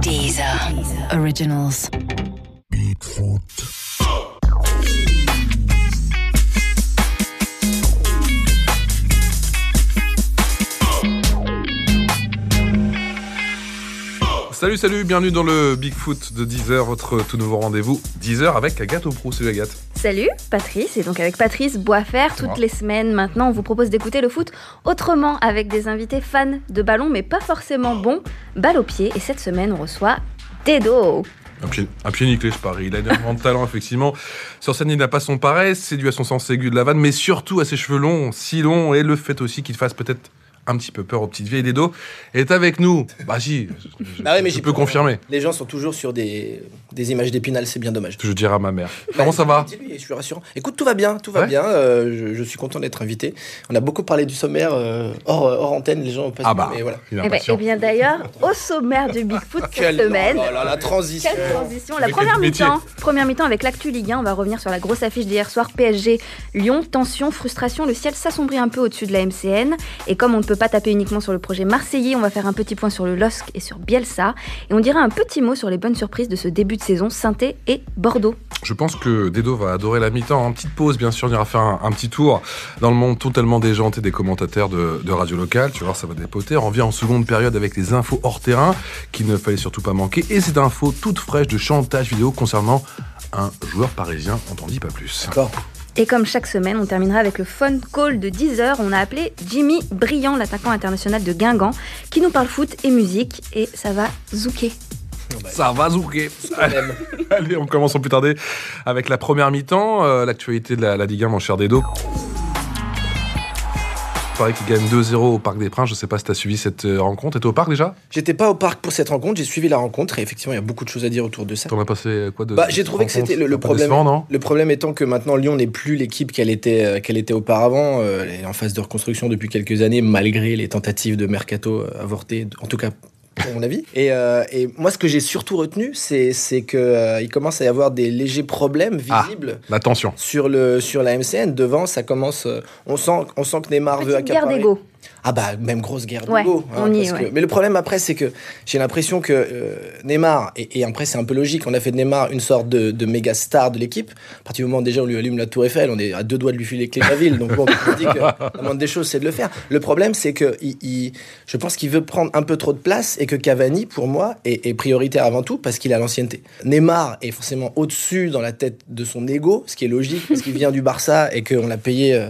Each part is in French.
Deezer Originals. Salut, salut, bienvenue dans le Bigfoot de Deezer, votre tout nouveau rendez-vous Deezer avec Agathe Oprou. Salut Agathe. Salut, Patrice. Et donc avec Patrice Boisfer, toutes Bonsoir. les semaines maintenant, on vous propose d'écouter le foot autrement avec des invités fans de ballon, mais pas forcément bons. Balle au pied. Et cette semaine, on reçoit Dedo. Un pied, un pied nickelé, je parie. Il a énormément de talent, effectivement. Sur scène, il n'a pas son pareil, c'est dû à son sens aigu de la vanne, mais surtout à ses cheveux longs, si longs, et le fait aussi qu'il fasse peut-être un petit peu peur aux petites vieilles des dos, est avec nous. Bah si, je, je- Ah ouais, mais je j'y peux crois. confirmer. Les gens sont toujours sur des, des images d'épinal, c'est bien dommage. Je dirais à ma mère. Comment ça va Dis-lui, je suis rassurant. Écoute, tout va bien, tout va Ouais. bien. euh, je, je suis content d'être invité. On a beaucoup parlé du sommaire euh, hors, hors antenne, les gens ont pas Ah bah, mais voilà. il est Eh ben, impatient. eh bien d'ailleurs, au sommaire du Bigfoot cette Quelle semaine. oh là là, la transition. Quelle transition Mais La quel première métier. mi-temps, première mi-temps avec l'actu Ligue 1, on va revenir sur la grosse affiche d'hier soir PSG Lyon, tension, frustration, le ciel s'assombrit un peu au-dessus de la MCN et comme on ne peut pas taper uniquement sur le projet marseillais, on va faire un petit point sur le LOSC et sur Bielsa et on dira un petit mot sur les bonnes surprises de ce début de saison Sainté et Bordeaux. Je pense que Dedo va adorer la mi-temps. En petite pause, bien sûr, on ira faire un, un petit tour dans le monde totalement déjanté des commentateurs de, de radio locale. Tu vois, ça va dépoter. On revient en seconde période avec les infos hors terrain qu'il ne fallait surtout pas manquer. Et cette info toute fraîche de chantage vidéo concernant un joueur parisien. On t'en dit pas plus. D'accord. Et comme chaque semaine, on terminera avec le phone call de 10h. On a appelé Jimmy Briand, l'attaquant international de Guingamp, qui nous parle foot et musique et ça va zouker. Ça va zouker. même. Allez, on commence sans plus tarder avec la première mi-temps. euh, L'actualité de la, la Ligue 1, mon cher Dedo. Pareil qui gagne 2-0 au Parc des Princes. Je sais pas si t'as suivi cette euh, rencontre. T'étais au Parc déjà J'étais pas au parc pour cette rencontre, j'ai suivi la rencontre et effectivement, il y a beaucoup de choses à dire autour de ça. T'en as passé euh, quoi de Bah, j'ai trouvé que c'était le- le Pas problème. décevant, non Le problème étant que maintenant Lyon n'est plus l'équipe qu'elle était, euh, qu'elle était auparavant. Euh, Elle est en phase de reconstruction depuis quelques années, malgré les tentatives de mercato euh, avortées, en tout cas à mon avis. Et, euh, et moi, ce que j'ai surtout retenu, c'est qu'il il commence à y avoir des légers problèmes Ah. visibles. La tension. Sur, le, sur la MCN, devant, ça commence. euh, on, sent, on sent que Neymar veut Petite guerre accaparer. d'ego. Ah bah même grosse guerre Ouais, d'ego. hein, on y est, parce que- ouais. Mais le problème après c'est que j'ai l'impression que euh, Neymar et, et après c'est un peu logique, on a fait de Neymar une sorte de, de méga star de l'équipe. À partir du moment où déjà on lui allume la Tour Eiffel, on est à deux doigts de lui filer les clés de la ville. Donc bon, on se dit que la moindre des choses c'est de le faire. Le problème c'est que il- il- je pense qu'il veut prendre un peu trop de place et que Cavani pour moi est, est prioritaire avant tout parce qu'il a l'ancienneté. Neymar est forcément au-dessus dans la tête de son ego, ce qui est logique parce qu'il vient du Barça et qu'on l'a payé. euh,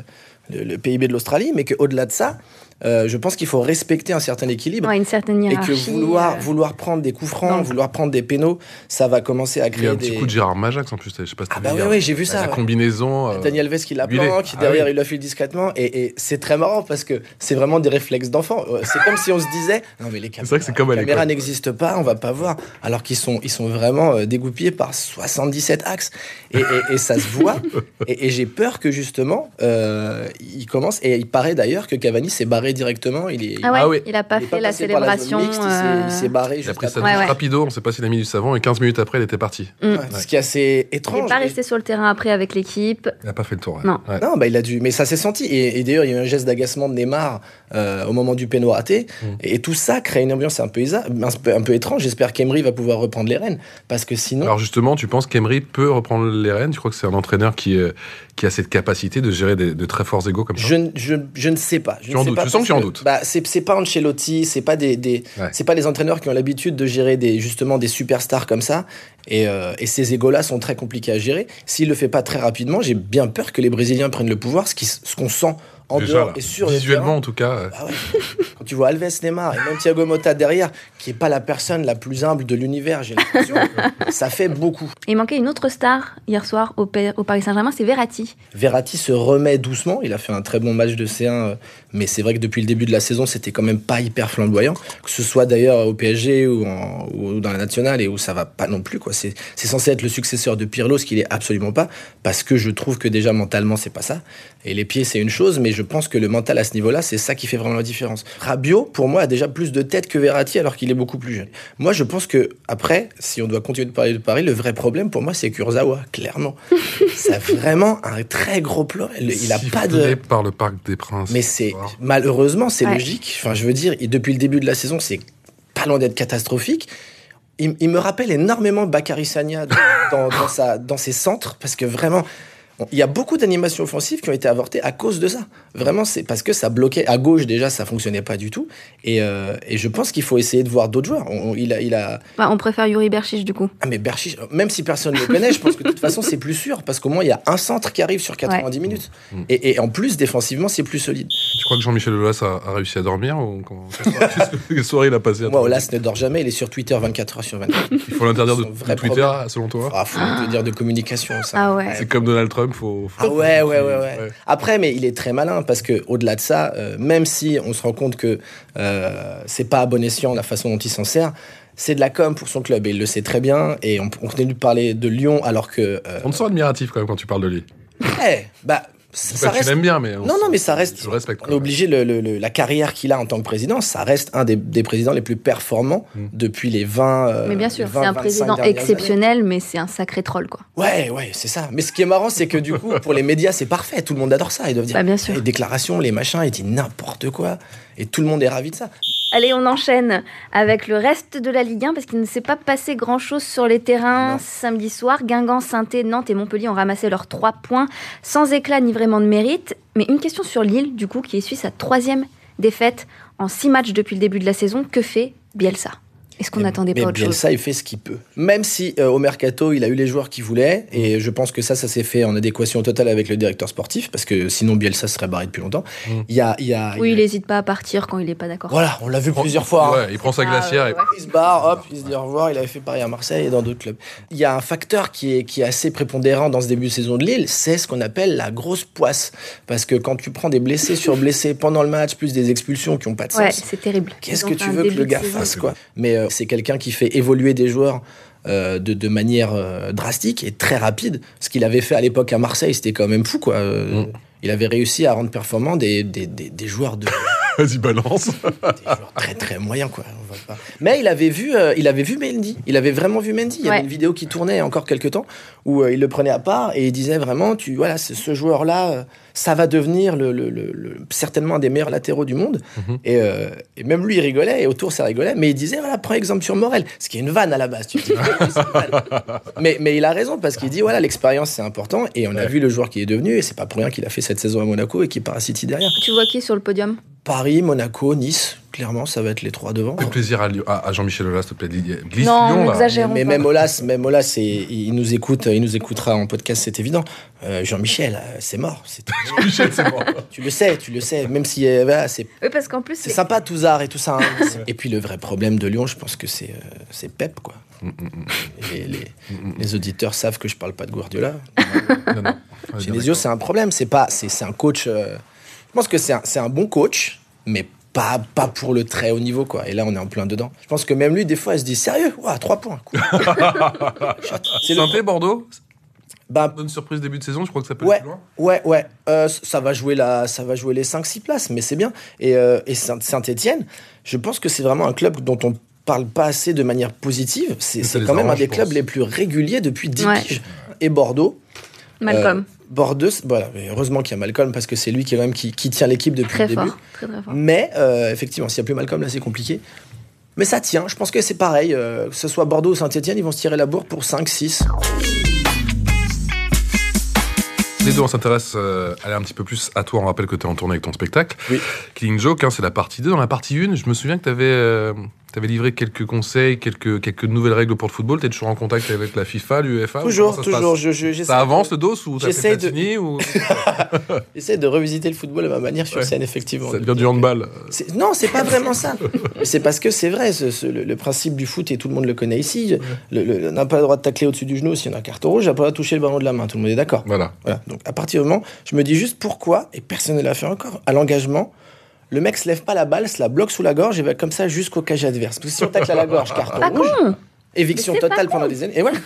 le, le PIB de l'Australie, mais qu'au-delà de ça, euh, je pense qu'il faut respecter un certain équilibre. Ouais, une certaine Et hiérarchie. que vouloir, euh, vouloir prendre des coups Non. francs, vouloir prendre des pénaux, ça va commencer à Il y a créer un petit des. coup de Gérard Majax en plus. t'as- Je sais pas si t'as ah vu bah oui, hier. oui, j'ai vu La ça. ouais. combinaison. euh, Daniel Vest qui la huilé. planque, qui Ah derrière oui. il la file discrètement, et, et c'est très marrant parce que c'est vraiment des réflexes d'enfant. Euh, C'est comme si on se disait, non mais les C'est vrai caméras, que c'est comme à les caméras l'école. n'existent pas, on va pas voir. Alors qu'ils sont, ils sont vraiment euh, dégoupillés par 77 axes, et, et- et ça se voit. Et, et j'ai peur que justement, euh, il commence, et il paraît d'ailleurs que Cavani s'est barré directement. Il est, Ah ouais, Ah oui. il n'a bah il pas est fait pas passé la par zone célébration. mixte, il s'est- euh, il s'est barré Il a juste pris sa après. douche Ouais, ouais. rapido. On sait pas s'il a mis du savon. Et 15 minutes après, il était parti. Mm. Ouais, Ce qui est assez Il n'est étrange. pas Et- resté sur le terrain après avec l'équipe. Il a pas fait le tour. ouais. Non. Ouais. Non, bah, il a dû. Mais ça s'est senti. Et, et d'ailleurs, il y a eu un geste d'agacement de Neymar euh, au moment du péno raté. Mm. Et, et tout ça crée une ambiance un peu, isa- un peu, un peu étrange. J'espère qu'Emery va pouvoir reprendre les rênes. Parce que sinon. Alors justement, tu penses qu'Emery peut reprendre les rênes Tu crois que c'est un entraîneur qui, euh, qui a cette capacité de gérer des- de très forts égaux comme ça je, ne- je, je ne sais pas. Je Tu ne en sais doutes, pas je sens parce que tu en que, doutes. Bah, c'est c'est pas Ancelotti, c'est pas des, des Ouais. c'est pas les entraîneurs qui ont l'habitude de gérer des justement des superstars comme ça. Et, euh, et ces égos-là sont très compliqués à gérer. S'il le fait pas très rapidement, j'ai bien peur que les Brésiliens prennent le pouvoir, ce qui ce qu'on sent en Déjà, dehors là, et sur le terrain. Visuellement, en tout cas. euh, Ah ouais. Quand tu vois Alves, Neymar et même Thiago Motta derrière, qui est pas la personne la plus humble de l'univers, j'ai l'impression, ça fait beaucoup. Et il manquait une autre star hier soir au, P- au Paris Saint-Germain, c'est Verratti. Verratti se remet doucement. Il a fait un très bon match de C1, euh, mais c'est vrai que depuis le début de la saison, c'était quand même pas hyper flamboyant. Que ce soit d'ailleurs au PSG ou, en- ou dans la nationale et où ça va pas non plus. quoi. C'est c'est censé être le successeur de Pirlo, ce qu'il est absolument pas, parce que je trouve que déjà mentalement, c'est pas ça. Et les pieds, c'est une chose, mais je pense que le mental à ce niveau-là, c'est ça qui fait vraiment la différence. Rabiot, pour moi, a déjà plus de tête que Verratti alors qu'il est beaucoup plus jeune. Moi, je pense que après, si on doit continuer de parler de Paris, le vrai problème pour moi, c'est Kurzawa, clairement. c'est vraiment un très gros plan. Il a pas sifflé de. par le Parc des Princes. Mais c'est malheureusement, c'est Ouais. logique. Enfin, je veux dire, et depuis le début de la saison, c'est pas loin d'être catastrophique. il, il me rappelle énormément Bakary Sagna dans, dans sa, dans ses centres, parce que vraiment, on- il y a beaucoup d'animations offensives qui ont été avortées à cause de ça. Vraiment, c'est parce que ça bloquait. À gauche, déjà, ça fonctionnait pas du tout. Et, euh, et je pense qu'il faut essayer de voir d'autres joueurs. On- on- il, a, il a. Bah, on préfère Yuri Berchich du coup. Ah, mais Berchich, même si personne ne le connaît, je pense que de toute façon, c'est plus sûr, parce qu'au moins, il y a un centre qui arrive sur 90 minutes. Et, et en plus, défensivement, c'est plus solide. Tu crois que Jean-Michel Aulas a, a réussi à dormir ou comment Qu'est-ce que- Quelle soirée il a passé à Moi, dormir Olas ne dort jamais, il est sur Twitter 24 heures sur 24. Il faut l'interdire de, Son de vrai Twitter, selon toi Ah, faut te dire de communication, ça. Ah ouais. C'est comme Donald Trump, faut. faut- Ah ouais, ouais, ouais, ouais. Ouais. Après, mais il est très malin parce que au-delà de ça, euh, même si on se rend compte que euh, c'est pas à bon escient la façon dont il s'en sert, c'est de la com pour son club et il le sait très bien. Et on, on continue de parler de Lyon alors que euh, On te sent admiratif quand même quand tu parles de lui. eh, bah ça, Bah, ça tu reste. l'aimes bien, mais. on Non, se- non, mais ça reste. Je le respecte. On est obligé le- le- le- la carrière qu'il a en tant que président, ça reste un des, des présidents les plus performants Mm. depuis les 20. euh, Mais bien sûr, 20, c'est un 25 président dernières années. exceptionnel, mais c'est un sacré troll quoi. Ouais, ouais, c'est ça. Mais ce qui est marrant, c'est que du coup, pour les médias, c'est parfait. Tout le monde adore ça. Ils doivent dire Bah, bien sûr. les déclarations, les machins, ils disent n'importe quoi. Et tout le monde est ravi de ça. Allez, on enchaîne avec le reste de la Ligue 1 parce qu'il ne s'est pas passé grand-chose sur les terrains Non. samedi soir. Guingamp, saint Nantes et Montpellier ont ramassé leurs trois points sans éclat ni vraiment de mérite. Mais une question sur Lille, du coup, qui essuie sa troisième défaite en six matchs depuis le début de la saison. Que fait Bielsa Est-ce qu'on Mais- n'attendait mais pas autre chose Bielsa, il fait ce qu'il peut. Même si euh, au mercato, il a eu les joueurs qu'il voulait, et je pense que ça, ça s'est fait en adéquation totale avec le directeur sportif, parce que sinon Bielsa serait barré depuis longtemps. Mm. Il y a, il y a, Oui, il- il n'hésite pas à partir quand il n'est pas d'accord. Voilà, on l'a vu Il prend- plusieurs fois. hein. Ouais, il prend sa glacière et. Il se barre, hop, il se dit au revoir. Il avait fait pareil à Marseille et dans d'autres clubs. Il y a un facteur qui est, qui est assez prépondérant dans ce début de saison de Lille, c'est ce qu'on appelle la grosse poisse. Parce que quand tu prends des blessés sur blessés pendant le match, plus des expulsions qui n'ont pas de Ouais, sens, c'est terrible. qu'est-ce Ils ont que fait tu un veux que début le de gars saison. fasse, quoi Mais euh, c'est quelqu'un qui fait évoluer des joueurs. euh, de, de manière euh, drastique et très rapide. Ce qu'il avait fait à l'époque à Marseille, c'était quand même fou, quoi. Euh, Mm. Il avait réussi à rendre performant des, des, des, des joueurs de, Vas-y, balance. des joueurs très très moyens quoi. On va pas- Mais il avait vu, euh, il avait vu Mendy. Il avait vraiment vu Mendy. Il y Ouais. avait une vidéo qui tournait encore quelques temps où euh, il le prenait à part et il disait vraiment, tu voilà, ce, ce joueur là, ça va devenir le, le- le- le- certainement un des meilleurs latéraux du monde. Mhm. et, euh, et même lui il rigolait et autour ça rigolait. Mais il disait voilà, prends exemple sur Morel, ce qui est une vanne à la base. tu te dis. C'est une vanne. mais mais il a raison parce qu'il dit voilà l'expérience c'est important et on a Ouais. vu le joueur qui est devenu et c'est pas pour rien qu'il a fait cette saison à Monaco et qui part à City derrière. Tu vois qui est sur le podium Paris, Monaco, Nice, clairement, ça va être les trois devant. Fais plaisir à, Lyon- à- à Jean-Michel Aulas, s'il te plaît. Glisse Non, Lyon, là. n'exagérons Mais pas. même Olas, même Olas, c'est- il nous écoute, il nous écoutera en podcast, c'est évident. Euh, Jean-Michel, euh, c'est mort. c'est terminé. Michel, c'est bon. tu le sais, tu le sais. Même si euh, voilà, c'est Oui, parce qu'en plus, c'est les- sympa Touzard et tout ça. hein. et puis le vrai problème de Lyon, je pense que c'est euh, c'est Pep quoi. Les, les- les auditeurs savent que je parle pas de Guardiola. Non, non. Ouais, bien Genesio, Ah, d'accord. c'est un problème. C'est pas, c'est c'est un coach. euh, je pense que c'est un, c'est un bon coach, mais pas, pas pour le très haut niveau, quoi. Et là, on est en plein dedans. Je pense que même lui, des fois, il se dit sérieux, Ouah, trois points. cool. c'est le- Saint-Étienne, Bordeaux, Bah, bonne surprise début de saison, je crois que ça peut aller ouais, plus loin. ouais, ouais. Euh, ça va jouer la, ça va jouer les 5-6 places, mais c'est bien. Et, euh, et Saint-Étienne, je pense que c'est vraiment un club dont on parle pas assez de manière positive. C'est Ça c'est les quand même un arrange, des je clubs pense. les plus réguliers depuis 10 Ouais. piges. Et Bordeaux, Malcolm. euh, Bordeaux, c'est- voilà, mais heureusement qu'il y a Malcolm parce que c'est lui qui, est quand même, qui, qui tient l'équipe depuis très le début. fort. Très, très fort. Mais euh, effectivement, s'il n'y a plus Malcolm, là c'est compliqué. Mais ça tient, je pense que c'est pareil. euh, que ce soit Bordeaux ou Saint-Etienne, ils vont se tirer la bourre pour 5-6. Ah Les deux, on s'intéresse euh, allez, un petit peu plus à toi. On rappelle que tu es en tournée avec ton spectacle. Oui. Killing Joke, hein, c'est la partie 2. Dans la partie 1, je me souviens que tu avais, livré quelques conseils, quelques, quelques nouvelles règles pour le football. Tu es toujours en contact avec la FIFA, l'UEFA ou Toujours, comment ça se toujours. passe je- je- Ça avance le dos ou t'as fait J'essaie de- Platini ou J'essaie de revisiter le football à ma manière sur Ouais. scène, effectivement. ça devient du handball C'est- Non, c'est pas vraiment ça. C'est parce que c'est vrai, ce- ce- le, le principe du foot, et tout le monde le connaît ici, le- le- on n'a pas le droit de tacler au-dessus du genou s'il y en a un carton rouge, on n'a pas le droit de toucher le ballon de la main, tout le monde est d'accord. Voilà. Voilà. Donc à partir du moment, je me dis juste pourquoi, et personne ne l'a fait encore, à l'engagement, le mec se lève pas la balle, se la bloque sous la gorge et va comme ça jusqu'au cage adverse. Parce que si on tacle à la gorge, carton Pas rouge, con éviction Ah Mais c'est pas totale pendant des années. Et voilà.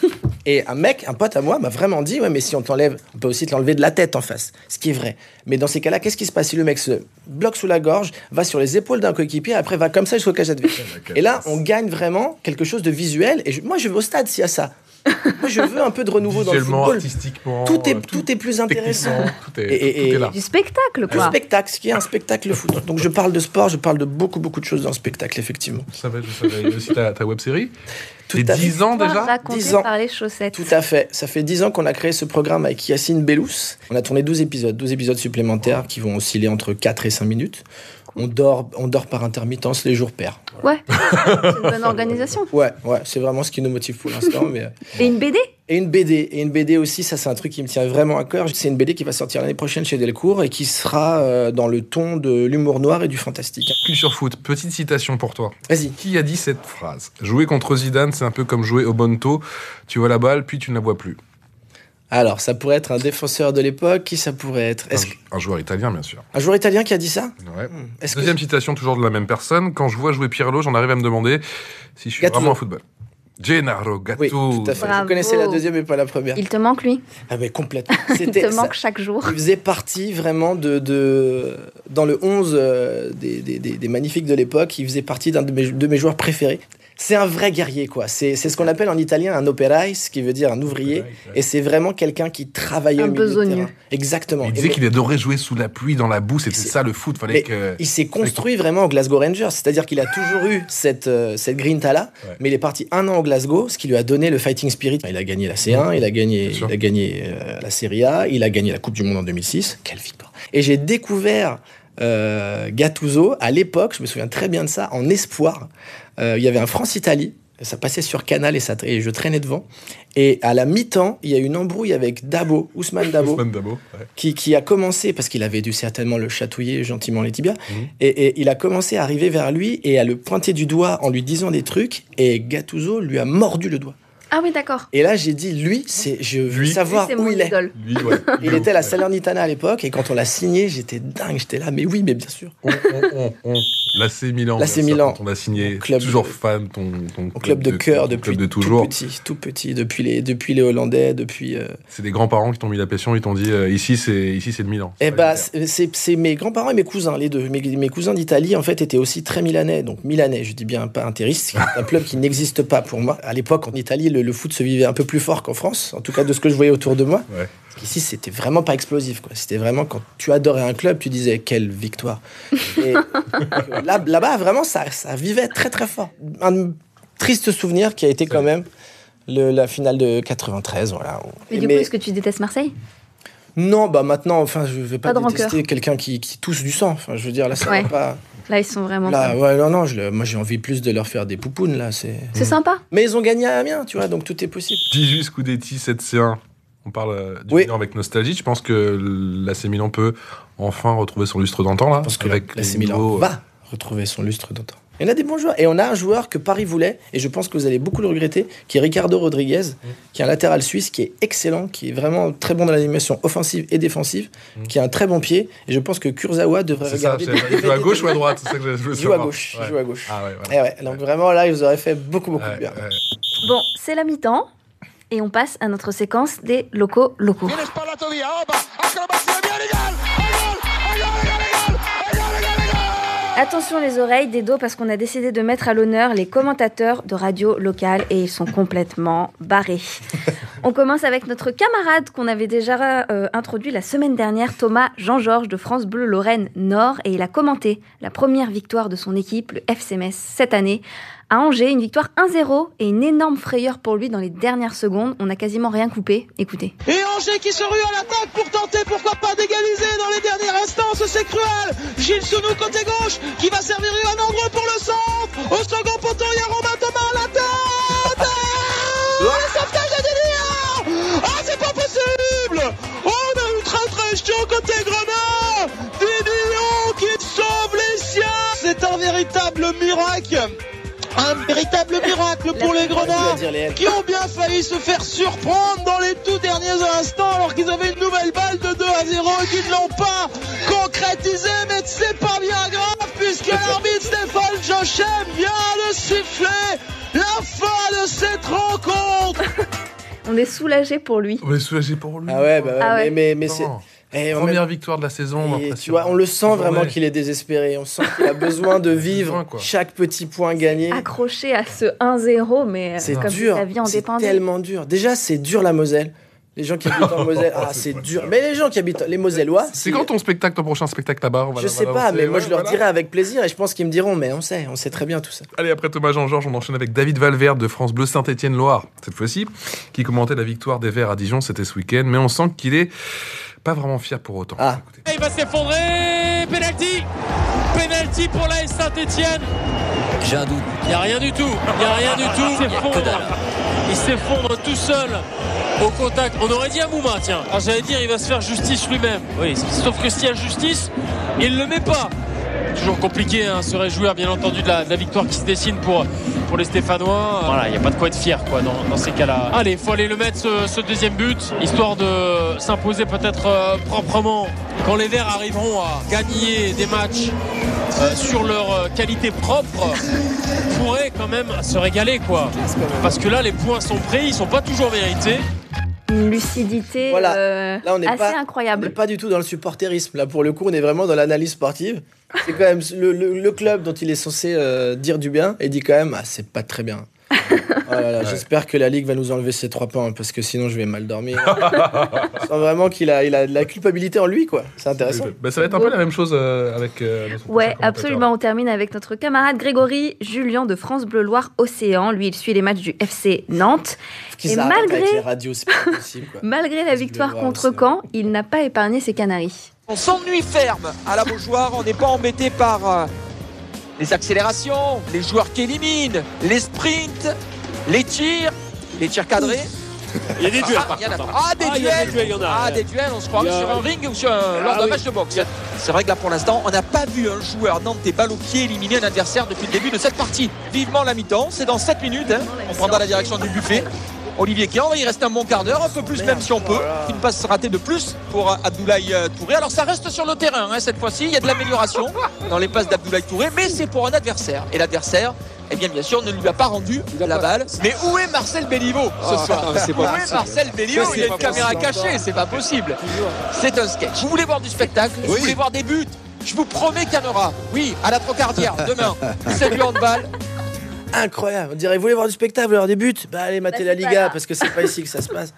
Et un mec, un pote à moi, m'a vraiment dit ouais, mais si on t'enlève, on peut aussi te l'enlever de la tête en face. Ce qui est vrai. Mais dans ces cas-là, qu'est-ce qui se passe si le mec se bloque sous la gorge, va sur les épaules d'un coéquipier, après va comme ça jusqu'au cage adverse Et là, on gagne vraiment quelque chose de visuel. Et je- moi, je vais au stade s'il y a ça. Moi, je veux un peu de renouveau dans le Visuellement, football. artistiquement, Tout est, euh, tout est plus intéressant. techniquement, tout est, Et- et- tout est et- là. Du spectacle, Le quoi. spectacle, ce qui est un spectacle foot. Donc je parle de sport, je parle de beaucoup beaucoup de choses dans le spectacle, effectivement. Je savais, je savais. Il y a aussi ta, ta web série. Tout Les à fait. 10 ans déjà raconté 10 ans. par les chaussettes. Tout à fait. Ça fait 10 ans qu'on a créé ce programme avec Yacine Bellous. On a tourné 12 épisodes, 12 épisodes supplémentaires qui vont osciller entre 4 et 5 minutes. On dort, on dort par intermittence, les jours pairs. Ouais, c'est une bonne organisation. Ouais, ouais, c'est vraiment ce qui nous motive pour l'instant. mais... euh, Et une BD Et une BD. Et une BD aussi, ça c'est un truc qui me tient vraiment à cœur. C'est une BD qui va sortir l'année prochaine chez Delcourt et qui sera euh, dans le ton de l'humour noir et du fantastique. Culture foot, petite citation pour toi. Vas-y. Qui a dit cette phrase Jouer contre Zidane, c'est un peu comme jouer au Bonto. Tu vois la balle, puis tu ne la vois plus. Alors, ça pourrait être un défenseur de l'époque, qui ça pourrait être Un, Est-ce que- un joueur italien, bien sûr. Un joueur italien qui a dit ça Ouais. Hmm. Est-ce que Mmh. Deuxième citation, toujours de la même personne. Quand je vois jouer Pirlo, j'en arrive à me demander si je suis Gattuso. vraiment un football. Gennaro Oui, Gattuso. tout à fait. Bravo. Je connaissais la deuxième et pas la première. Il te manque, lui. Ah mais complètement. Il C'était te ça- manque chaque jour. Il faisait partie vraiment de, de dans le 11 euh, des, des, des- des magnifiques de l'époque. Il faisait partie d'un de mes, de mes joueurs préférés. C'est un vrai guerrier, quoi. C'est c'est ce qu'on appelle en italien un operai, ce qui veut dire un ouvrier. Et c'est vraiment quelqu'un qui travaillait Un au milieu du besogneux. terrain. Exactement. Il Et disait mais- qu'il adorait jouer sous la pluie, dans la boue. C'était C'est- ça le foot. Fallait mais que. il s'est construit vraiment au Glasgow Rangers, c'est-à-dire qu'il a toujours eu cette, euh, cette grinta-là, Ouais. mais il est parti un an au Glasgow, ce qui lui a donné le fighting spirit. Il a gagné la C1, il a gagné, Bien sûr. il a gagné euh, la Serie A, il a gagné la Coupe du Monde en 2006. Quelle victoire Et j'ai découvert euh, Gattuso à l'époque, je me souviens très bien de ça, en espoir. Euh, il y avait un France-Italie, ça passait sur Canal et, ça, et je traînais devant. Et à la mi-temps, il y a eu une embrouille avec Dabo, Ousmane Dabo Ousmane Dabo, ouais. qui, qui a commencé, parce qu'il avait dû certainement le chatouiller gentiment les tibias, Mhm. et, et il a commencé à arriver vers lui et à le pointer du doigt en lui disant des trucs, et Gattuso lui a mordu le doigt. Ah oui, d'accord. Et là, j'ai dit, lui, c'est, je veux Lui. savoir Lui, c'est où mon il est. idole. Lui, ouais. Il était à la Salernitana à l'époque, et quand on l'a signé, j'étais dingue, j'étais là, mais oui, mais bien sûr. On, on, on, on. L'AC Milan. L'AC bien sûr, Milan. quand On l'a signé. Mon club toujours de- fan. Ton, ton Au club de cœur ton depuis club de toujours. tout petit, tout petit, depuis les, depuis les Hollandais, depuis... euh, C'est des grands-parents qui t'ont mis la pression. Ils t'ont dit euh, ici, c'est ici, c'est le Milan. Eh Ça bah, va le faire. c'est- c'est c'est mes grands-parents et mes cousins, les deux. Mes, mes cousins d'Italie, en fait, étaient aussi très milanais. Donc, milanais, je dis bien pas interiste, c'est un club qui n'existe pas pour moi. À l'époque, en Italie, le, le foot se vivait un peu plus fort qu'en France, en tout cas de ce que je voyais autour de moi. Ouais. Parce qu'ici, c'était vraiment pas explosif. quoi. C'était vraiment quand tu adorais un club, tu disais quelle victoire. Et là- là-bas, vraiment, ça, ça vivait très très fort. Un triste souvenir qui a été quand même le- la finale de 93. Voilà. Mais du coup, Mais- est-ce que tu détestes Marseille non, bah maintenant, enfin, je vais pas, Pas de détester quelqu'un qui, qui tousse du sang. Enfin, je veux dire, là, ça Ouais. va pas. Là, ils sont vraiment. Là, ouais, non, non, je le- moi, j'ai envie plus de leur faire des poupounes, là. C'est. C'est sympa. Mais ils ont gagné à Amiens, tu vois, donc tout est possible. 18 Scudetti, 7C1. On parle euh, du Oui. Milan avec nostalgie. Je pense que l'AC Milan peut enfin retrouver son lustre d'antan là. Parce que avec l'AC les Milan nouveaux- euh, va retrouver son lustre d'antan. Il y en a des bons joueurs. Et on a un joueur que Paris voulait, et je pense que vous allez beaucoup le regretter, qui est Ricardo Rodriguez, Mm. qui est un latéral suisse, qui est excellent, qui est vraiment très bon dans l'animation offensive et défensive, qui a un très bon pied. Et je pense que Kurzawa devrait Mm. C'est ça. regarder. c'est- Il joue à gauche ou à droite C'est ça que je veux Il joue à savoir. gauche. il Ouais. joue à gauche. Ah ouais, voilà. Euh, Et Eh ouais, donc vraiment, là, ils vous auraient fait beaucoup, beaucoup Ouais, de bien. ouais. Bon, c'est la mi-temps. Et on passe à notre séquence des locaux locaux. Viene sparato via, Oba, acrobazia, viene gol! È gol! È gol! È gol! È gol! È gol! È gol! Attention les oreilles, des dos, parce qu'on a décidé de mettre à l'honneur les commentateurs de radio locale et ils sont complètement barrés. On commence avec notre camarade qu'on avait déjà euh, introduit la semaine dernière, Thomas Jean-Georges de France Bleu Lorraine Nord, et il a commenté la première victoire de son équipe, le FCMS, cette année. À Angers, une victoire 1-0 et une énorme frayeur pour lui dans les dernières secondes. On n'a quasiment rien coupé. Écoutez. Et Angers qui se rue à l'attaque pour tenter, pourquoi pas, d'égaliser dans les derniers instants, c'est cruel Gilles Sounou côté gauche, qui va servir Ivan Andreu pour le centre Au second poteau, il y a Romain Thomas à la tête Oh, le sauvetage de Didier Ah, c'est pas possible Oh, on a eu très très chaud côté Grenat Didier qui sauve les siens C'est un véritable miracle Un véritable miracle pour les Tu vas Grenats dire, Léa. qui ont bien failli se faire surprendre dans les tout derniers instants alors qu'ils avaient une nouvelle balle de 2 à 0 et qu'ils ne l'ont pas concrétisée mais c'est pas bien grave puisque l'arbitre Stéphane Jochem vient de siffler la fin de cette rencontre On est soulagé pour lui. On est soulagé pour lui. Ah ouais, bah ouais, Ah ouais. mais, mais, mais c'est. Attends. Et en Première même- victoire de la saison. et l'impression. tu vois, on le sent Journée. vraiment qu'il est désespéré. On sent qu'il a besoin de vivre Besoin, quoi. chaque petit point gagné. Accroché à ce 1-0, mais euh, C'est comme si dur. sa vie en C'est dépendait. tellement dur. Déjà, c'est dur la Moselle. Les gens qui habitent en Moselle, ah, C'est c'est pas dur. Mais les gens qui habitent, les Mosellois, C'est quand ton spectacle, ton prochain spectacle là-bas on va- Je on va sais pas, l'annoncer. mais moi je Ouais, leur voilà. dirai avec plaisir et je pense qu'ils me diront, mais on sait, on sait très bien tout ça. Allez, après Thomas Jean-Georges, on enchaîne avec David Valverde de France Bleu Saint-Étienne-Loire, cette fois-ci, qui commentait la victoire des Verts à Dijon, c'était ce week-end, mais on sent qu'il est pas vraiment fier pour autant. Ah. Écoutez. Il va s'effondrer. Penalty. Penalty pour la Saint-Etienne. J'ai un doute. Il n'y a rien du tout. Il n'y a rien du tout. Il que dalle. s'effondre. Il s'effondre tout seul au contact. On aurait dit à Mouma, tiens. Alors, J'allais dire, il va se faire justice lui-même. Oui, sauf que s'il y a justice, il ne le met pas. Toujours compliqué, hein, se réjouir bien entendu de la, de la victoire qui se dessine pour, pour les Stéphanois. Voilà, il n'y a pas de quoi être fier quoi, dans, dans ces cas-là. Allez, il faut aller le mettre ce, ce deuxième but, histoire de s'imposer peut-être euh, proprement. Quand les Verts arriveront à gagner des matchs euh, sur leur euh, qualité propre, pourraient quand même se régaler quoi. Parce que là, les points sont pris, ils sont pas toujours mérités. Une lucidité Voilà. euh, Là, on n'est assez pas- On n'est incroyable. pas du tout dans le supporterisme. Là, pour le coup, on est vraiment dans l'analyse sportive. C'est quand même le, le- le club dont il est censé euh, dire du bien et dit quand même, ah, c'est pas très bien. Oh là là, J'espère que la Ligue va nous enlever ces trois points hein, parce que sinon je vais mal dormir. Je sens vraiment qu'il a, il a de la culpabilité en lui, quoi. C'est intéressant. Bah, ça va être un peu la même chose euh, avec euh, notre prochain Ouais, commentateur. absolument. On termine avec notre camarade Grégory Julien de France Bleu Loire Océan. Lui, il suit les matchs du FC Nantes. Qu'ils Et arrêtent avec malgré- les radios, c'est pas possible. quoi. Malgré la France Bleu victoire Loire contre Océan. Caen, il n'a pas épargné ses Canaries. On s'ennuie ferme à la Beaujoire, on n'est pas embêté par euh, les accélérations, les joueurs qui éliminent, les sprints, les tirs, les tirs cadrés. Il y a des duels. Ah, par il y en a- contre, hein. ah, des Ah, il y a des duels duels, il y en a. Ah, des duels, on se Il croirait y a- sur un ring ou sur un- lors Ah d'un oui. match de boxe. C'est vrai que là pour l'instant, on n'a pas vu un joueur nantais balle au pied éliminer un adversaire depuis le début de cette partie. Vivement la mi-temps, c'est dans 7 minutes, hein. on prendra la direction du buffet. Olivier Guéant, il reste un bon quart d'heure, un peu plus même si on peut. Une passe ratée de plus pour euh, Abdoulaye euh, Touré. Alors ça reste sur le terrain hein, cette fois-ci, il y a de l'amélioration dans les passes d'Abdoulaye Touré, mais c'est pour un adversaire. Et l'adversaire, eh bien bien sûr, ne lui a pas Ah, rendu la balle. Mais où est Marcel Béliveau ce soir Où est Marcel Béliveau Il y a une caméra cachée, c'est pas possible. C'est un sketch. Vous voulez voir du spectacle Vous voulez voir des buts Je vous promets qu'il y en aura. Oui, à la Trocardière, demain. C'est du handball. Incroyable. On dirait, vous voulez voir du spectacle, vous voulez voir des buts Bah allez mater c'est la pas Liga là. parce que c'est pas ici que ça se passe.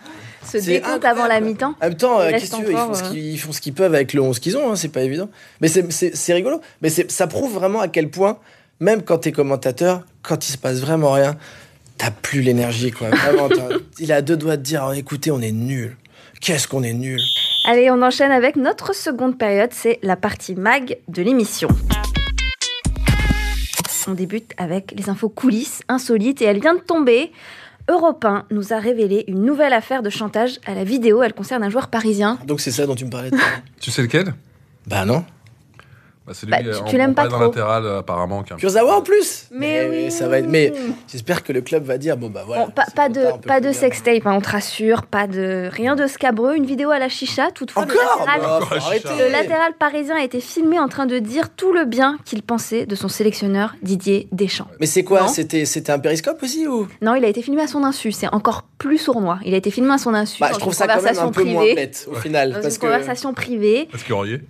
C'est Ce décompte avant la incroyable. mi-temps. En même temps, Il euh, reste qu'est-ce que tu veux, ils font encore, ce euh, qu'ils ils font ce qu'ils peuvent avec le 11 qu'ils ont, hein, c'est pas évident. Mais c'est- c'est c'est rigolo. Mais c'est- ça prouve vraiment à quel point, même quand t'es commentateur, quand il se passe vraiment rien, t'as plus l'énergie, quoi. Vraiment, t'as- il a deux doigts de dire, oh, écoutez, on est nul. Qu'est-ce qu'on est nul Allez, on enchaîne avec notre seconde période, c'est la partie mag de l'émission. On débute avec les infos coulisses, insolites, et elle vient de tomber. Europe 1 nous a révélé une nouvelle affaire de chantage à la vidéo. Elle concerne un joueur parisien. Donc c'est ça dont tu me parlais. tout à l'heure. Tu sais lequel bah non. bah, Celui Bah, euh, tu- on- tu l'aimes on pas parlait d'un trop. latéral euh, apparemment. qui est un- Kurzawa en plus. Mais oui. ça va être. Mais j'espère que le club va dire, bon bah voilà. Bon, pas, c'est pas trop tard, de, on peut pas plus de dire. sextape, hein, on te rassure, pas de rien de scabreux, une vidéo à la chicha, toutefois le Encore latéral- Bah, Encore faut arrêter. Le latéral parisien a été filmé en train de dire tout le bien qu'il pensait de son sélectionneur Didier Deschamps. Mais c'est quoi Non. C'était c'était un périscope aussi ou Non, il a été filmé à son insu, c'est encore plus sournois. Il a été filmé à son insu Bah, dans je trouve une ça quand même conversation un peu privée. moins bête au final Dans parce une que Ah, conversation privée Parce que Aurier.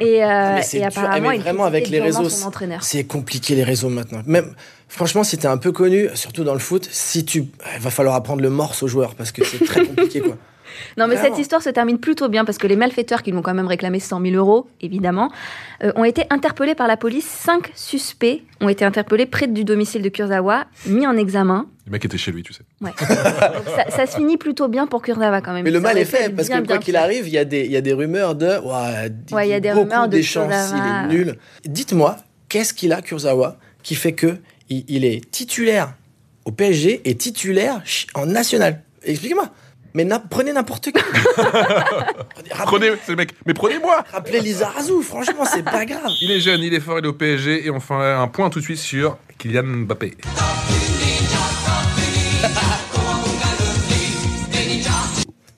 et, euh, Mais c'est et dur, apparemment mais il vraiment avec critiquait les durement réseaux, son entraîneur. c'est compliqué les réseaux maintenant. Même franchement, si t'es un peu connu, surtout dans le foot, si tu il va falloir apprendre le morse aux joueurs parce que c'est très compliqué quoi. Non, mais Vraiment. cette histoire se termine plutôt bien parce que les malfaiteurs qui lui ont quand même réclamé 100 000 euros, évidemment, euh, ont été interpellés par la police. Cinq suspects ont été interpellés près du domicile de Kurzawa, mis en examen. Le mec était chez lui, tu sais. Ouais. Donc ça, ça se finit plutôt bien pour Kurzawa quand même. Mais le Ça mal aurait est pu fait être parce bien, que quoi bien qu'il pire. arrive, il y a des il y a des rumeurs de Ouah, Ouais, il y a dit des beaucoup rumeurs de des chances, il Kurzawa. est nul. Dites-moi, qu'est-ce qu'il a Kurzawa qui fait que il, il est titulaire au PSG et titulaire ch- en national Expliquez-moi. Mais n'a- prenez n'importe qui. Prenez, c'est le mec. Mais prenez-moi Rappelez Lizarazu, franchement, c'est pas grave. Il est jeune, il est fort, il est au PSG. Et on fait un point tout de suite sur Kylian Mbappé.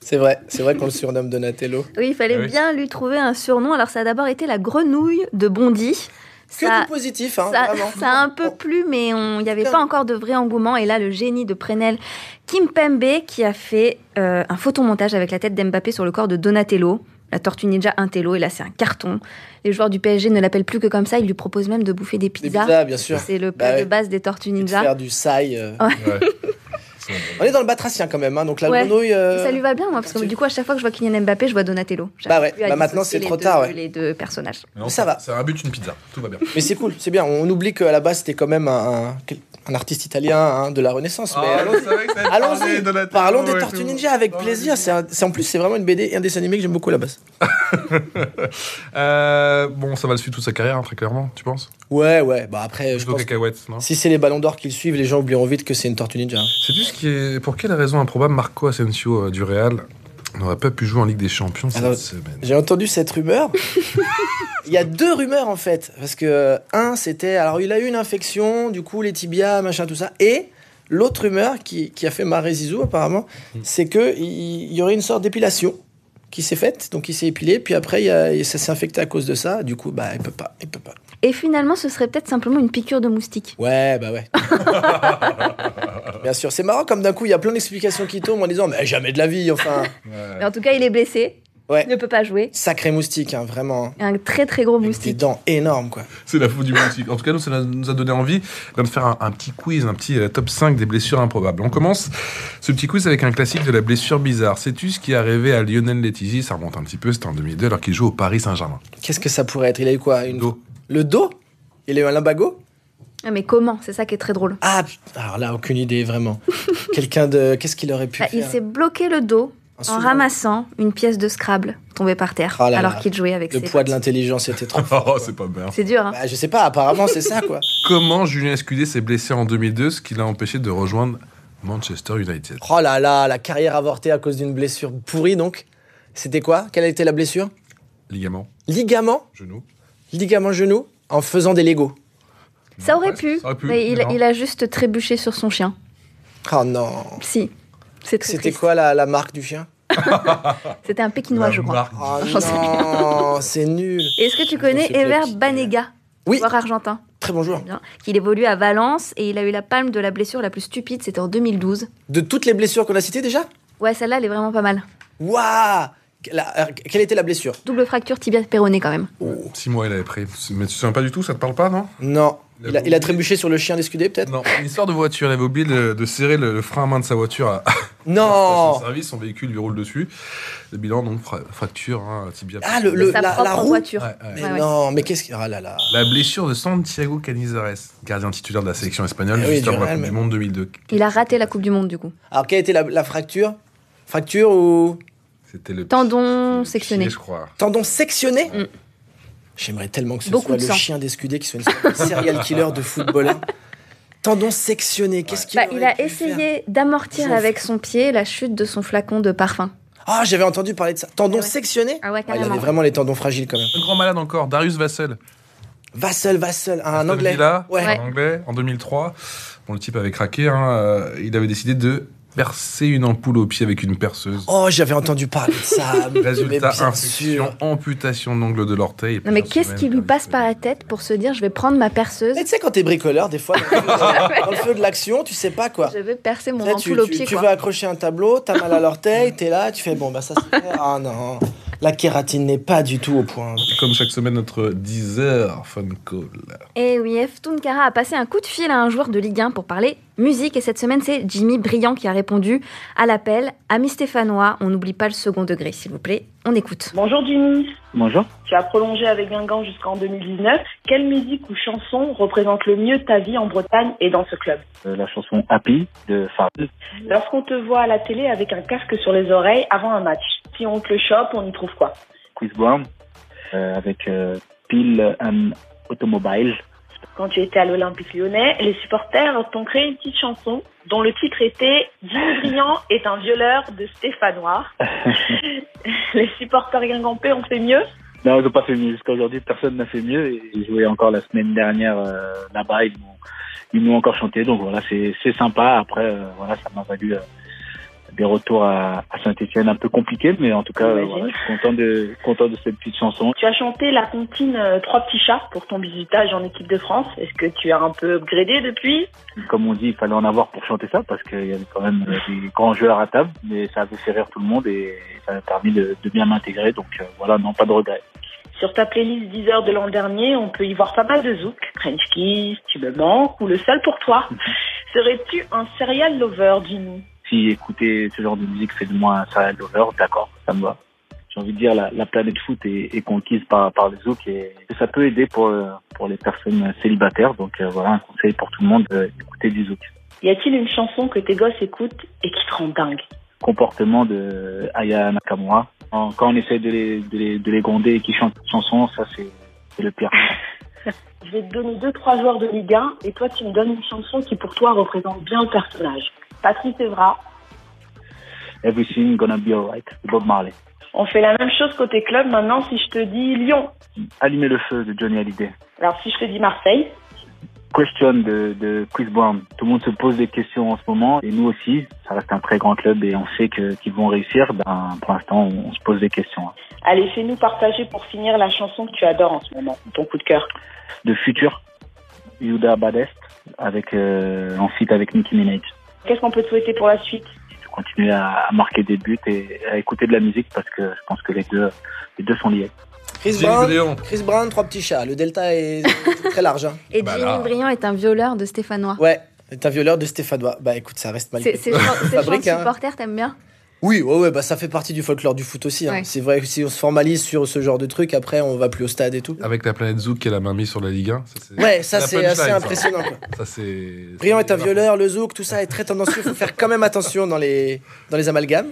C'est vrai, c'est vrai qu'on le surnomme Donatello. Oui, il fallait Ah oui. bien lui trouver un surnom. Alors ça a d'abord été la grenouille de Bondy. Que Ça, du positif, hein, ça, vraiment. ça a un peu plu, mais on- il n'y avait Putain. pas encore de vrai engouement. Et là, le génie de Prenel, Kim Pembe, qui a fait euh, un photomontage avec la tête d'Mbappé sur le corps de Donatello. La Tortue Ninja Intello, et là, c'est un carton. Les joueurs du PSG ne l'appellent plus que comme ça, ils lui proposent même de bouffer des Des pizzas. pizzas, bien sûr. C'est le Bah plat ouais. de base des Tortues De Ninja. Faire du saï. euh. Ouais. On est dans le batracien quand même, hein, donc la Ouais. grenouille. euh, Ça lui va bien, moi, parce que tortue. du coup, à chaque fois que je vois Kylian Mbappé, je vois Donatello. J'arrive Bah ouais, plus à bah maintenant, dissocier c'est les trop deux- tard, ouais. Les deux personnages. Mais on- Ça va. C'est un but, une pizza. Tout va bien. Mais c'est cool, c'est bien. On oublie qu'à la base, c'était quand même un, un- quel- un artiste italien hein, de la Renaissance. Ah, mais allons- Allons-y, parlons des Tortues Ninja avec plaisir. C'est un- c'est- en plus, c'est vraiment une BD et un dessin animé que j'aime beaucoup à la base. Euh, bon, ça va le suivre toute sa carrière, hein, très clairement, tu penses Ouais, ouais. Bah après, je Plutôt pense. cacahuètes, non Si c'est les ballons d'or qu'ils suivent, les gens oublieront vite que c'est une tortue ninja. hein. C'est plus ce qui est. Pour quelle raison improbable Marco Asensio euh, du Real n'aurait pas pu jouer en Ligue des Champions cette Alors- semaine J'ai entendu cette rumeur. il y a deux rumeurs en fait. Parce que, euh, un, c'était. Alors, il a eu une infection, du coup, les tibias, machin, tout ça. Et l'autre rumeur qui, qui a fait marrer Zizou, apparemment, c'est que il il y aurait une sorte d'épilation qui s'est faite. Donc, il s'est épilé. Puis après, il y a- et ça s'est infecté à cause de ça. Du coup, bah, il peut pas. Il peut pas. Et finalement, ce serait peut-être simplement une piqûre de moustique. Ouais, bah ouais. Bien sûr, c'est marrant comme d'un coup il y a plein d'explications qui tombent en disant mais jamais de la vie, enfin. Mais en tout cas, il est blessé, Ouais. ne peut pas jouer. Sacré moustique, hein, vraiment. Un très très gros Avec des moustique. dents énormes quoi. C'est la faute du boutique. En tout cas, nous, ça nous a donné envie de faire un, un petit quiz, un petit euh, top 5 des blessures improbables. On commence ce petit quiz avec un classique de la blessure bizarre. Sais-tu ce qui est arrivé à Lionel Letizy Ça remonte un petit peu, c'était en 2002, alors qu'il joue au Paris Saint-Germain. Qu'est-ce que ça pourrait être Il a eu quoi une... Dos. Le dos Il a eu un lumbago Ah, mais comment C'est ça qui est très drôle. Ah, put- alors là, aucune idée vraiment. Quelqu'un de. Qu'est-ce qu'il aurait pu Ah, il faire s'est bloqué le dos Un en souverain. ramassant une pièce de Scrabble tombée par terre Oh là là. alors qu'il jouait avec Le ses. poids de l'intelligence était trop. Oh, c'est pas bien. C'est dur, hein Bah, je sais pas, apparemment c'est ça quoi. Comment Julien Escudé s'est blessé en 2002, ce qui l'a empêché de rejoindre Manchester United Oh là là, la carrière avortée à cause d'une blessure pourrie donc. C'était quoi Quelle a été la blessure Ligament, Ligament genou. Ligament genou En faisant des Legos. Ça aurait Ouais, pu, ça aurait pu, mais mais il, non. il a juste trébuché sur son chien. Oh non. Si. C'est très C'était triste. quoi la, la marque du chien C'était un Euh, hein. Pékinois, je crois. marque. Oh J'en sais non, c'est nul. Est-ce que tu connais Je sais Ever pas qui- Banega, Oui, joueur argentin très bon joueur. bien, Il évolue à Valence et il a eu la palme de la blessure la plus stupide, c'était en 2012. De toutes les blessures qu'on a citées déjà Ouais, celle-là, elle est vraiment pas mal. Waouh La- euh, Quelle était la blessure Double fracture tibia péroné quand même. Oh, Six mois, il avait pris. Mais tu te souviens pas du tout, ça te parle pas, non Non. Il Il a, avait il a oublié. trébuché sur le chien d'escudé, peut-être Non, une histoire de voiture. Il avait oublié de, de serrer le, le frein à main de sa voiture à, Non Station service, son véhicule lui roule dessus. Le bilan, donc, fra- fracture, hein, tibia. Ah, le- Sa la- propre la roue voiture. Ouais, ouais. Mais Ouais, ouais. non, mais qu'est-ce qu'il. Ah là là. La blessure de Santiago Canizares, gardien titulaire de la sélection espagnole, Ah Eh oui, juste du avant la Real, Coupe du mais- Monde 2002. Il a raté la Coupe du Monde du coup. Alors, quelle était la, la fracture Fracture ou. C'était le Tendon le sectionné. pied, je crois. Tendon sectionné Mm. J'aimerais tellement que ce Beaucoup soit de le sang. chien d'escudé qui soit une sorte de serial killer de footballeur. Tendon sectionné, qu'est-ce qu'il Bah, il aurait a pu faire essayé Ils d'amortir ont avec son pied la chute de son flacon de parfum. Ah, j'avais entendu parler de ça. Tendon Ah ouais. sectionné Ah ouais, Ah, Il carrément. avait vraiment les tendons fragiles quand même. Un grand malade encore, Darius Vassell. Vassel, Vassel, un Aston Ah, anglais. Villa, Ouais. un anglais, en 2003. Bon, le type avait craqué, hein, euh, il avait décidé de percer une ampoule au pied avec une perceuse. Oh, j'avais entendu parler de ça. mais Résultat, bien infection, sûr. amputation d'ongle de l'orteil. et Non mais plusieurs qu'est-ce semaines qui de lui passe par la récupération. tête pour se dire je vais prendre ma perceuse, Mais tu sais, quand t'es bricoleur, des fois, dans le feu de- dans le feu de l'action, tu sais pas quoi. je vais percer mon Là, tu, ampoule au tu- pied tu quoi. veux accrocher un tableau, t'as mal à l'orteil, t'es là, tu fais bon, bah ça c'est fait. Ah non, la kératine n'est pas du tout au point. Comme chaque semaine, notre 10 heures fun call. Et Eh oui, Eftoun Kara a passé un coup de fil à un joueur de Ligue 1 pour parler musique. Et cette semaine, c'est Jimmy Briand qui a répondu à l'appel. Ami Stéphanois, on n'oublie pas le second degré, s'il vous plaît. On écoute. Bonjour Jimmy, Bonjour. tu as prolongé avec Guingamp jusqu'en 2019. Quelle musique ou chanson représente le mieux ta vie en Bretagne et dans ce club Euh, la chanson Happy de Farid. Lorsqu'on te voit à la télé avec un casque sur les oreilles avant un match, si on te le chope, on y trouve quoi Chris Brown euh, avec euh, Peel and Automobile. Quand tu étais à l'Olympique lyonnais, les supporters t'ont créé une petite chanson dont le titre était Jimmy Briand est un violeur de Stéphanois. les supporters guingampais ont fait mieux Non, ils n'ont pas fait mieux. Jusqu'à aujourd'hui, personne n'a fait mieux. Et Ils jouaient encore la semaine dernière euh, là-bas. Ils m'ont, ils m'ont encore chanté. Donc voilà, c'est, c'est sympa. Après, euh, voilà, ça m'a valu euh, des retours à, à Saint-Etienne un peu compliqués, mais en tout cas, euh, J'imagine. voilà, je suis content de, content de cette petite chanson. Tu as chanté la comptine euh, Trois petits chats pour ton bisutage en équipe de France. Est-ce que tu as un peu upgradé depuis Comme on dit, il fallait en avoir pour chanter ça, parce qu'il y avait quand même euh, des grands joueurs à table, mais ça avait fait rire tout le monde et ça m'a permis de, de bien m'intégrer, donc euh, voilà, non, pas de regret. Sur ta playlist 10 heures de l'an dernier, on peut y voir pas mal de zouk. French Kiss, Tu me manques ou Le seul pour toi. Serais-tu un serial lover, Jimmy si écouter ce genre de musique fait de moi un serial lover, d'accord, ça me va. J'ai envie de dire, la, la planète foot est, est conquise par, par le zouk et ça peut aider pour, euh, pour les personnes célibataires. Donc euh, voilà, un conseil pour tout le monde, euh, écouter du zouk. Y a-t-il une chanson que tes gosses écoutent et qui te rend dingue Comportement de Aya Nakamura. Quand, quand on essaie de les, de les, de les gronder et qu'ils chantent une chanson, ça c'est c'est le pire. Je vais te donner deux, trois joueurs de Ligue 1 et toi, tu me donnes une chanson qui pour toi représente bien le personnage. Patrice Evra, Everything gonna be alright, de Bob Marley. on fait la même chose côté club maintenant si je te dis Lyon. Allumer le feu de Johnny Hallyday. Alors si je te dis Marseille, Question de, de Chris Brown. Tout le monde se pose des questions en ce moment et nous aussi. Ça reste un très grand club et on sait que qu'ils vont réussir. Ben, pour l'instant, on, se pose des questions. hein. allez, fais-nous partager pour finir la chanson que tu adores en ce moment, ton coup de cœur. De futur, Yuda Badest avec euh, en feat avec Nicki Minaj. Qu'est-ce qu'on peut te souhaiter pour la suite Je continue à, à marquer des buts et à écouter de la musique parce que je pense que les deux les deux sont liés. Chris Gilles Brown, Léon. Chris Brown, trois petits chats. Le delta est très large. hein. Et Bah Jimmy là. Briand est un violeur de Stéphanois. Ouais, c'est un violeur de Stéphanois. Bah écoute, ça reste mal. C'est c'est chant c'est chant Fabrique, de hein. supporter, t'aimes bien Oui, ouais, ouais, bah ça fait partie du folklore du foot aussi. hein. Ouais. C'est vrai que si on se formalise sur ce genre de truc, après on va plus au stade et tout. Avec la planète Zouk qui a la main mise sur la Ligue 1. Ça, c'est- Ouais, ça c'est la punchline, assez ça. impressionnant. Quoi. Ça, c'est. Briand est un violeur, le zouk, tout ça est très tendancieux. Faut faire quand même attention dans les dans les amalgames.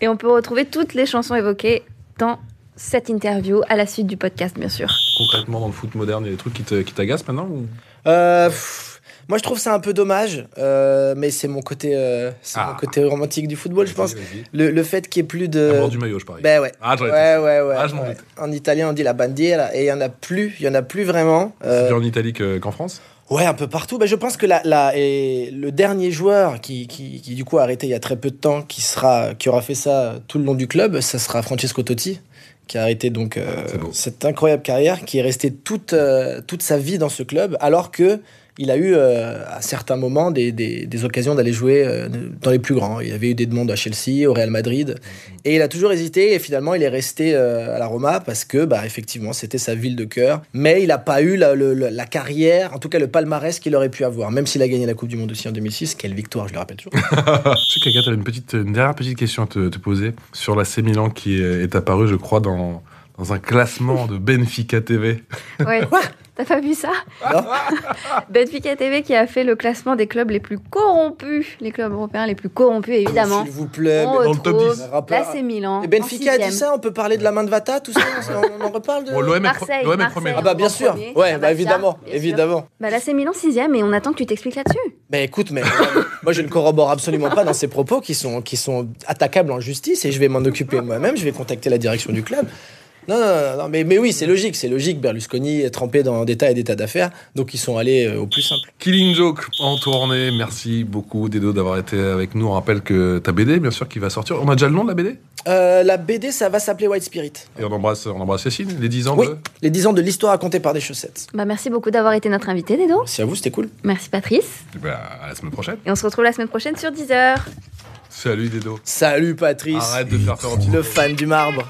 Et on peut retrouver toutes les chansons évoquées dans cette interview à la suite du podcast, bien sûr. Concrètement, dans le foot moderne, il y a des trucs qui te- qui t'agacent maintenant ou... Euh, pff, moi je trouve ça un peu dommage, euh, mais c'est mon côté euh, c'est Ah. mon côté romantique du football, je pense. Vas-y, vas-y. Le, le fait qu'il y ait plus de À bord du maillot, je parie. ben ouais. Ah, Ouais, j'aurais été- ouais, ouais. Ah, je m'en ouais. doutais. En italien, on dit la bandiera, et il y en a plus, il y en a plus vraiment. C'est Euh, plus en Italie que- qu'en France Ouais, un peu partout. Bah, je pense que la, la- et le dernier joueur qui, qui, qui, du coup, a arrêté il y a très peu de temps, qui, sera, qui aura fait ça tout le long du club, ça sera Francesco Totti, qui a arrêté donc euh, C'est beau. cette incroyable carrière, qui est resté toute, euh, toute sa vie dans ce club, alors que il a eu euh, à certains moments des, des, des occasions d'aller jouer euh, dans les plus grands. Il avait eu des demandes à Chelsea, au Real Madrid, et il a toujours hésité et finalement il est resté euh, à la Roma parce que bah effectivement c'était sa ville de cœur. Mais il n'a pas eu la, le- la- la carrière, en tout cas le palmarès qu'il aurait pu avoir, même s'il a gagné la Coupe du Monde aussi en 2006. Quelle victoire, je le rappelle toujours. Je sais qu'Agathe, elle a une, petite, une dernière petite question à te, te poser sur la C Milan qui est, est apparue, je crois, dans, dans un classement de Benfica TV. Ouais. T'as pas vu ça Ben, Non. Benfica TV qui a fait le classement des clubs les plus corrompus, les clubs européens les plus corrompus, évidemment. S'il vous plaît. On mais- dans le top retrouve 10. Rappeur- Là, c'est Milan. Et Benfica en a dit sixième. ça, on peut parler de la main de Vata, tout ça, on, on en reparle de. Bon, L'OM est, pro- Marseille, l'OM est Marseille. premier. ah bah bien en sûr, premier, ouais, bah la Barça, évidemment, bien sûr. évidemment. Bah là, c'est Milan sixième et on attend que tu t'expliques là-dessus. Mais écoute, mais euh, moi je ne corrobore absolument pas dans ces propos qui sont, qui sont attaquables en justice et je vais m'en occuper moi-même, je vais contacter la direction du club. Non, non, non, non, mais, mais oui, c'est logique, c'est logique. Berlusconi est trempé dans des tas et des tas d'affaires, donc ils sont allés euh, au plus simple. Killing Joke en tournée. Merci beaucoup, Dedo, d'avoir été avec nous. On rappelle que ta BD, bien sûr, qui va sortir. On a déjà le nom de la BD Euh, la BD, ça va s'appeler White Spirit. Et on embrasse, on embrasse Cécile, les 10 ans Oui, de. les 10 ans de l'histoire racontée par des chaussettes. Bah merci beaucoup d'avoir été notre invité, Dedo. Merci à vous, c'était cool. Merci Patrice. Eh ben, à la semaine prochaine. Et on se retrouve la semaine prochaine sur 10h. Salut, Dedo. Salut Patrice, Arrête de faire peur au petit le fan du marbre.